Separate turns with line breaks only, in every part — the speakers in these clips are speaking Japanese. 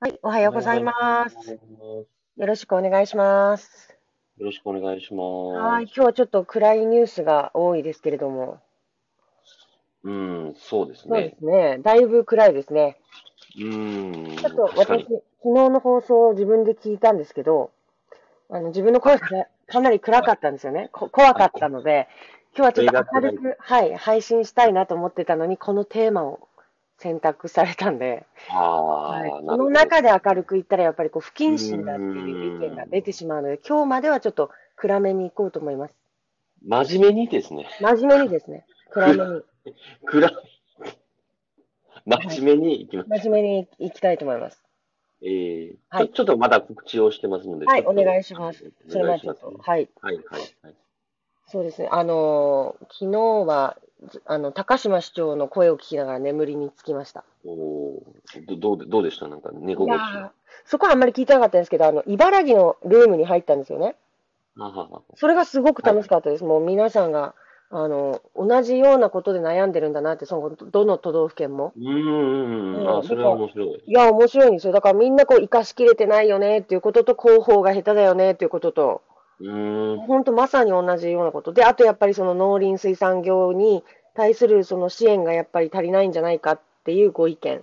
はい、おは
お
ようご
はよう
ざい
ござい
ます。
ます。
よろしくお願いします。
よろしくお願いし
は
ま
い、今
す。
日はちょっと暗いニュースが多いですけれども、
うん、そうです
そうで
ね。
すね、だいぶ暗いですね。
う
ちょっ
ん、
と
確か
私、
に。
昨日の放送を自分で聞いたんですけど、あの自分の声が かなり暗かったんですよね。こ、怖か
あ、
ったので、今日はちょ
そ
っ
れ
と明
が暗
る
い。
く、はい、配信したいなと思ってたのに、このテーマを選択されたんで、はい、
あ
こ
あ、なる
の
ほど。
中で明るく言ったら、やっぱりこう不
う
謹慎だっていう意見が出て
ん、
しまうので、今日まではちょっと暗めに行こうと思います。
真面目にですね。
真面目にですね、暗め
く、
に、
暗い。
はい、
真面目にいきます。
真面目にいきたいと思います。
えー、
は
ちょ、
い、
ちょっとまだ告知をしてますので、
は
ちょ
い、
っ
お
と、
願いし
あの
ます。そ
お
れ
願
前
いし
ちょ
ま
っ
す
と、
ね。
はい、
はい、はい、はい。
そうですね、あのー昨日はずあの高島市長の声を聞きながら眠りにつきました。
おー、ど、どうで、どうでしたなんか
い
寝
や
心地
ー、
は。
そこはあんまり聞いてなかったんですけど、あの茨城のルームに入ったんですよね。
あははは。
それがすごく
はい、
楽しかったです。もう皆さんが、あの、同じようなことで悩んでるんだなって、その、どの都道府県も。
うん、うんうん、
う
あ、
ん、
そ
だ
れ
か
は
ら、
面白い。
いや、面白いんですよ。だからみんなこう、生かしきれてないよねっていうことと、広報が下手だよねっていうことと、
うん、
本当まさに同じようなこと。で、あとやっぱりその農林水産業に対するその支援がやっぱり足りないんじゃないかっていうご意見。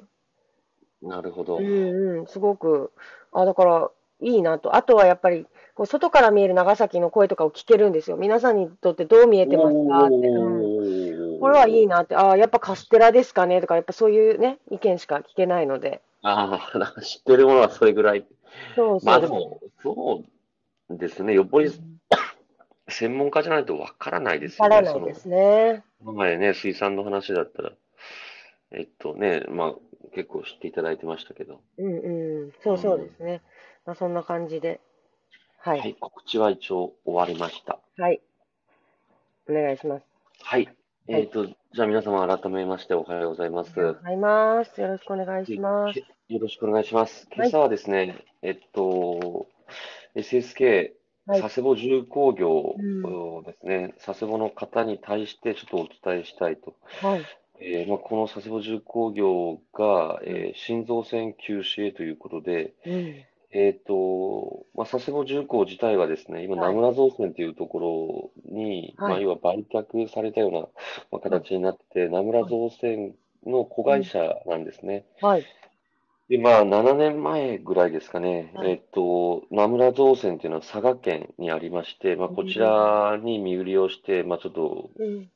なるほ
う
ど。
んうん、すごく、あ、だから、いいなと。あとはやっぱり、こう外から見える長崎の声とかを聞けるんですよ。皆さんにとってどう見えてますかって。うん。これはいい
お
なって、ああ、やっぱカステラですかねとか、やっぱそういうね、意見しか聞けないので。
ああー、知ってるものはそれぐらい。
そう
ま
そ
あ
う
で
そう。
も、そうですね。よっぽ
う
り
ん
専門家じゃないとわからないで
わ
す
か
よ
ら
ね。
な
そ
いで
の、
すね。
この前ね、水産の話だったら、えっとね、まあ結構知っていただいてましたけど。
うんうん。
う
そうそうで
ん。
すね。まあそんな感じで。は。
はいい、告知は一応終わりました。
はい。お願いします。
はい。
は
えっ
い。
と、じゃあ皆様改めましておはようございま
おはようご
す。
ざいます。よろしくお願いし
で
ます。
けよろしくお願いします。今
はい。
朝はですね、えっと、SSK、
はい。
佐世保重工業
うん。
ですね、佐世保の方に対してちょっとお伝えしたいと。
はい。
えーまあ、この佐世保重工業が、
うん。
えー新造船休止へということで、
うん。
えーとまあ、佐世保重工自体はですね、今、名
はい。
村造船というところに、
は
まあ、
い。
要は売却されたような、まあ、
はい。
形になってて、名村
はい。
造船の子
う
会
ん。
社なんですね。
はい。
で、まあ、7年前ぐらいですかね、
は
え
い。
っと、名村造船というのは佐賀県にありまして、まあ、
う
こち
ん。
らに身売りをして、まあ、ちょっと、
うん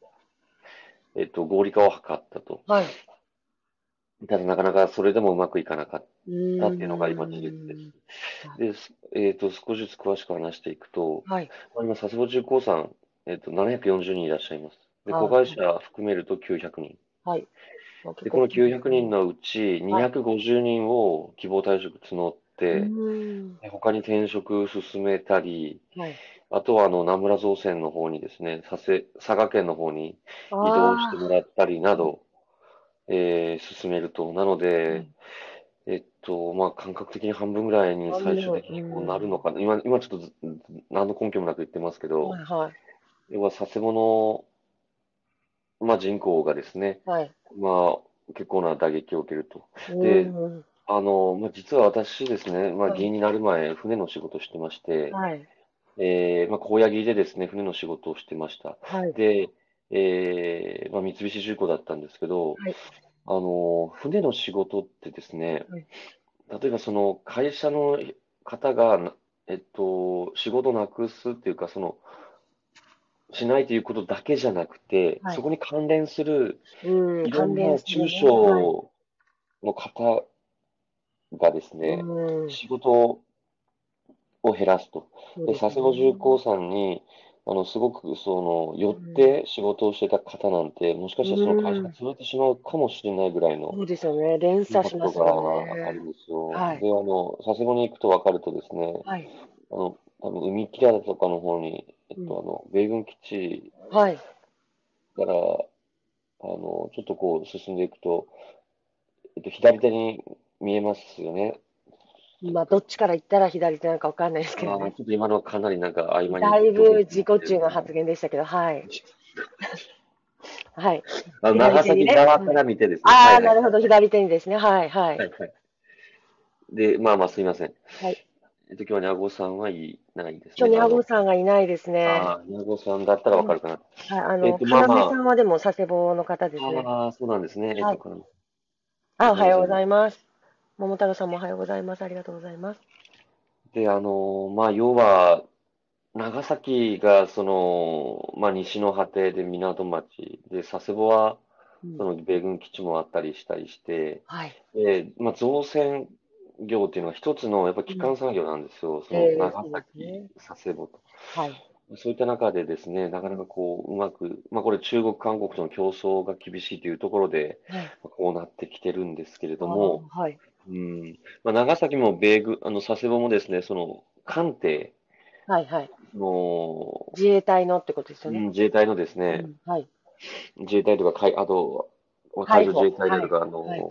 えっと、合理化を図ったと。
はい。
ただ、なかなかそれでもうまくいかなかっ
う
たっていうのが今、事実で
ん。はい。
す。で、えっと、少しずつ詳しく話していくと、
はい。
まあ今、佐世保重工さん、えっと、740人いらっしゃいます。で、
は
子会
い。
社含めると900人。
はい。まあ結
で、
構大
この
きいです
900人
ね。
のうち
はい。
250人を希望退職募っ
う
て、
ん。
で他に転職進めたり、
はい。
あとは、あの、名村造船の方にですね、佐世、佐賀県の方に移動しても
あ
らったりな
あ。
ど、えー進めると。なの
は
で、
い。
えっと、まあ、感覚的に半分ぐらいに
半
最終
分。
的
う
にこうなるの
ん。
かな。今、今ちょっとず何の根拠もなく言ってますけど、
はいはい。
要は佐世保の、まあ、人口がですね、
はい。
まあ、結構な打撃を受けると。
う
で、
ん。
あの、まあ、実は私ですね、まあ、
は
議
い。
員になる前、船の仕事をしてまして、
はい。
えー、まあ、高野木でですね、船の仕事をしてました。
はい。
で、えー、まあ、三菱重工だったんですけど、
はい。
あの、船の仕事ってですね、
はい。
例えばその会社の方がな、えっと、仕事なくすっていうか、その、しないということだけじゃなくて、
は
そ
い。
こに関連する
うん、
いろ
関
ん
連
な
するね。は
中
い。
小の方がですね、
うん、
仕事を減らすと。
そう
で、
です
佐
ね。
世保重工さんに、あの、すごく、その、寄
う
っ
ん、
て仕事をしてた方なんて、もしかしたらその会社
う
が
ん、
潰れてしまうかもしれないぐらいの
そうですよね。連
イン
鎖
パ
し
ク
ま
ト
すよ
があ
ね。
るんですよ。
は
で、
い。
あの、佐世保に行くと分かるとですね、
はい。
あの、多分海キラだとかの方に、えっ
うん
と、あの、米軍基地
はい。
から、あの、ちょっとこう進んでいくと、えっと、左手に見えますよね。
まあ、どっちから行ったら左手なのかわかんないですけど
ああ、
ね。
ちょっと今のかなりなんか曖昧
だ
に
い
どこ
ぶ
に
自己
行って
中
る
の
か。
発言でしたけど、はい。はい。
あの、
左
長
手に
崎
ね。
側
う
か
ん、
ら見てですね。は
あ
い
あ、
は
ないるほ
は
ど。
い。
左手にですね。はい、は。
はいいはい。で、まあまあすいません。
はい。
えっと、今日はニャゴさんはいないです
今
ね。
日、ニャゴさんがいないですね。は
ああ、ニャゴさんだったらわかるかな。
い、あ
え
の、
っと
か
まあ
な
まあ
めさんはでも佐世保の方ですね。
ああ、そうなんですね。えっ
は
と、
い
この
あ、おはようございます。桃太郎さんもおはようございます。ありがとうございます。
で、あのーまあ、要は、長崎が、その、まあ、西の果てで港町で、佐世保は、
うん
その、米軍基地もあったりしたりして、
はい。
で、まあ、造船業っていうのは一つの、やっぱ基幹産業なんですよ。その、
ええ
長
そうです
崎
ね、
佐世保と。
はい。
そういった中でですね、なかなかこう、うまく、まあ、これ中国、韓国との競争が厳しいというところで、
はい。
まあこうなってきてるんですけれども、
あーはい。
うん、まあ、長崎も米軍、あの、佐世保もですね、その、艦艇
はい。はい。
の、
自衛隊のってことです
う
よね。
ん自衛隊のですね
う、んはい。
自衛隊とか海、あと、まあ
海
海
保
上自衛隊とか、あの、
はい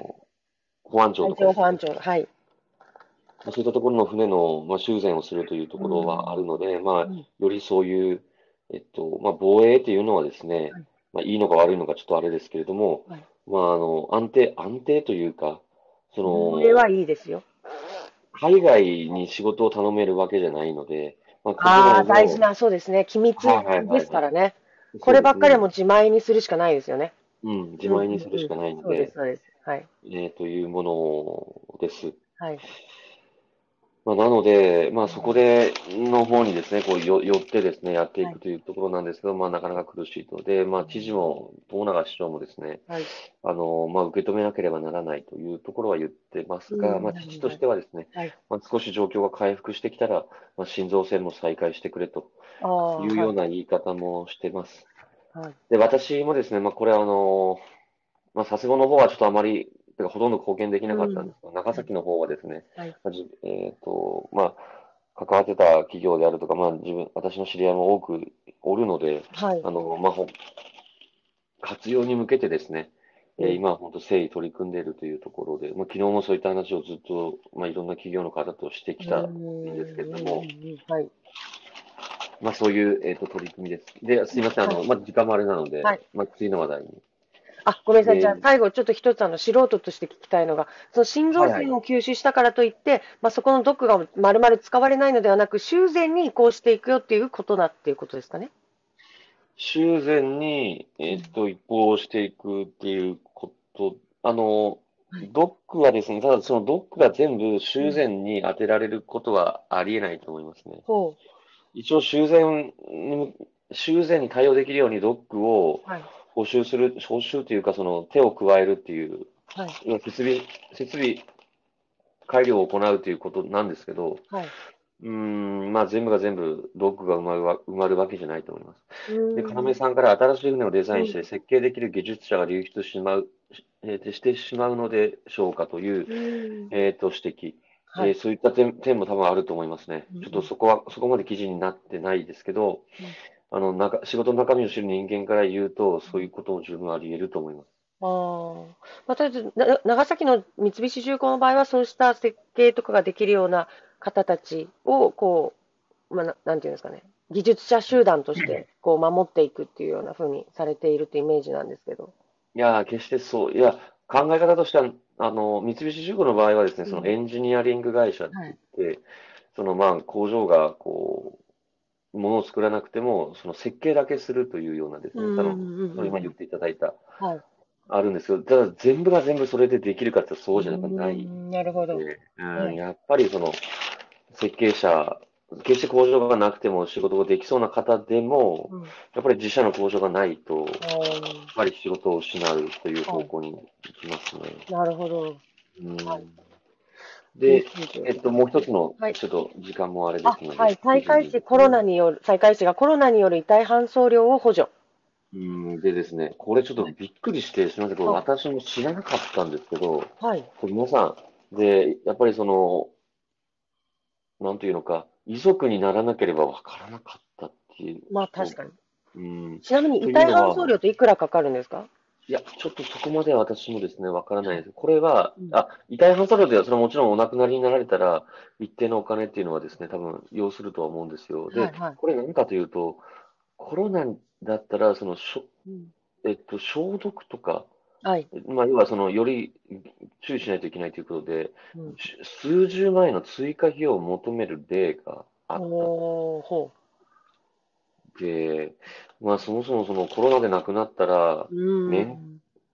保安庁
海上
とかです
保
ね、
安庁。はい。
まあそういったところの船の、まあ、修繕をするというところはあるので、まあ、
うん
よりそういう、えっと、まあ、防衛というのはですね
はい、
まあ、いいのか悪いのかちょっとあれですけれども
はい、
まあ、あの、安定、安定というか、そ
これ
の、
はいいですよ。
海外に仕事を頼めるわけじゃないので、まあ、国
ああ、
内の、
大事な、そうですね。機密
はいはいはいはい
ですからね。こればっかりはもう自前にするしかないですよね。
うん、自前にするしかないの
そうです、
で、
そうです。はい。
えーというものです。
はい。
まあ、なので、まあ、そこでの方にですね、こうよ寄ってですね、やってい
はい
くというところなんですけど、まあ、なかなか苦しいと。で、まあ、知事も、友永市長もですね、
はい。
あの、まあ、受け止めなければならないというところは言ってますが、
うん
まあ、知事としてはですね
はい、
まあ、少し状況が回復してきたら、まあ、心臓戦も再開してくれと
ああ、
いうような言い方もしてます。
はい。
で、私もですね、まあ、これはあの、まあ、佐世保の方はちょっとあまり、てかほとんど貢献できなかったんですが、長崎の方はですね、
はい
まあじえっと、まあ、関わってた企業であるとか、まあ、自分、私の知り合いも多くおるので、
はい。
あの、まあ、ほ活用に向けてですね、えー今は本当誠意取り組んでいるというところで、まあ、昨日もそういった話をずっと、まあ、いろんな企業の方としてきた、
ん
ですけれども。
はい。
まあ、そういう、えっと、取り組みです。で、すいません、あの、まあ、時間もあれなので、
はい
まあ、次の話題に。
あ、ごめんなさい。じゃあ
で
最後、ちょっと一つあの素人として聞きたいのが、その心臓
はい
線を吸収したからといって、まあそこの毒が丸々使われないのではなく、修繕に移行していくよっていうことだっていうことですかね。
修繕に、えっと、移行していくっていうこと、あの
はい、
ドックはですね、ただそのドックが全部修繕に当てられることはありえないと思いますね。
ほ
一応修繕に、修繕に対応できるようにドックを
う。はい。
補修する、補修というかその手を加えるっていう、
はい。
要は設備、設備改良を行うということなんですけど、
はい。
うーん、まあ全部が全部ドックが埋まるわ、埋まるわけじゃないと思います。で、要さんから新しい船をデザインして設計できる技術者が流出してしまう、えーしてしまうのでしょうかという、
うん
えーと指摘、
はい
えーそういった点、点も多分あると思いますね
うん。
ちょっとそこは、そこまで記事になってないですけど、あの、中、仕事の中身を知る人間から言うと、そういうことも十分あり得ると思います。
あーまあ、とりあえず、な長崎の三菱重工の場合は、そうした設計とかができるような方たちを、こう、まあ、ななんていうんですかね、技術者集団として、こう、守っていくっていうような風にされているってイメージなんですけど。
いやー、決してそう、いや、考え方としては、あの、三菱重工の場合はですね、そのエンジニアリング会社
はい。
で、そのまあ工場がこう、ものを作らなくても、その設計だけするというようなですね、
うん
あ
う
の、
ん
それ今言っていただいた、
はい。
あるんですけど、ただ全部が全部それでできるかってそうじゃなくない
うんんなるほど。
で、う
は
ん、
い
やっぱりその設計者、決して工場がなくても仕事ができそうな方でも、
うん
やっぱり自社の工場がないと、やっ
あー
ぱり仕事を失うという方向に行きますね。
なるほど。
うん
はい
で、
うん
えっと、もう一つの
はい、
ちょっと時間もあれで
あ
すの、で、
はい。再開時、コロナによる、再開時がコロナによる遺体搬送料を補助。
うん、でですね、これちょっとびっくりして、すみません、これ
はい
私も知らなかったんですけど、
はい。
これ皆さん、で、やっぱりその、なんていうのか、遺族にならなければわからなかったっていう、
まあ、確かに。
うん、
ちなみに遺体搬送料っていくらかかるんですか
いや、ちょっとそこまでは私もですね、わからないです。これは
うん、
あ、遺体搬送料では、それはもちろんお亡くなりになられたら、一定のお金っていうのはですね、多分要するとは思うんですよ。
は
で
い、はい
これ何かというと、コロナだったら、その、しょ
うん
えっと、消毒とか、
はい。
まあ、要はその、より注意しないといけないということで、
うん
じゅ数十万円の追加費用を求める例があった
おー、ほ
で、まあ、そもそもそのコロナで亡くなったら
う。、うん。
ね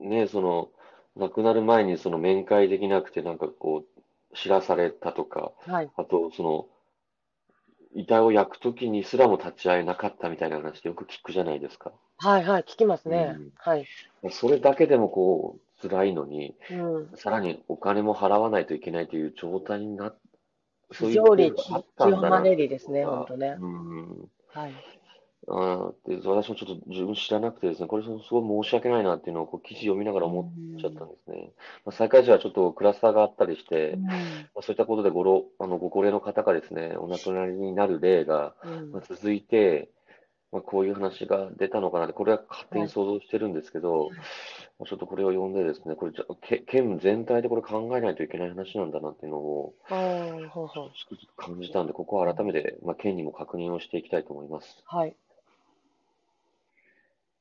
ね、その、亡くなる前にその面会できなくて、なんかこう、知らされたとか、
はい。
あと、その、遺体を焼くときにすらも立ち会えなかったみたいな話ってよく聞くじゃないですか。
はい、はい。聞きますね
うん。
はい。
それだけでもこう、辛いのに、
うん。
さらにお金も払わないといけないという状態になっ、そう
非
いう
常に
ことがあったん
極
だ
ま
な
れりですね、本当ね。
うん。
はい。
あーで、私もちょっと自分知らなくてですね、これすごい申し訳ないなっていうのをこう記事読みながら思っちゃったんですね。まあ、再開時はちょっとクラスターがあったりして、まあ、そういったことでごろ、あの、ご高齢の方がですね、お亡くなりになる例が、
うん
まあ、続いて、まあ、こういう話が出たのかなって、これは勝手に想像してるんですけど、まあちょっとこれを読んでですね、これじゃ、け県全体でこれ考えないといけない話なんだなっていうのを、
あーほうほう
つくづく感じたんで、ここは改めて、まあ、県にも確認をしていきたいと思います。
はい。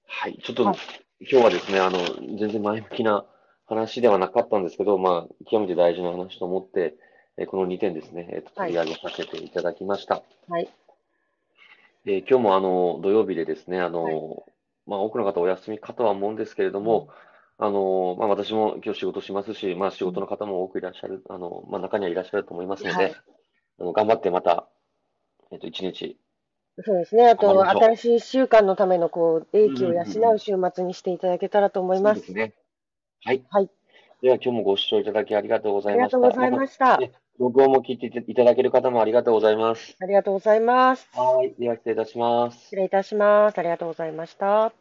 はい、ちょっと
はい
今日はですね、あの、全然前向きな話ではなかったんですけど、まあ、極めて大事な話と思って、えーこの2点ですね、えーと
は
取
い
り上げさせていただきました。
はい。
えー今日もあの、土曜日でですね、あの、
はい
まあ、多くの方お休みかとは思うんですけれども、あの、まあ、私も今日仕事しますし、まあ、仕事の方も多くいらっしゃる、あの、まあ、中にはいらっしゃると思いますので、
はい
あの、頑張ってまた、えっと、一日、
そうですね。あ
頑張
と、
りましょう
新しい一週間のための、こう、英気を養
うんうんう
う週末にしていただけたらと思いま
そう
す。
ですね。はい。
はい。
では、今日もご視聴いただきありがとうご
あ
ざい
り
ま
が
した。
とうございました。
ね録音も聞いていただける方もありがとうございます。
ありがとうございます。
はい。では、失礼いたします
失。礼いたします。ありがとうございました。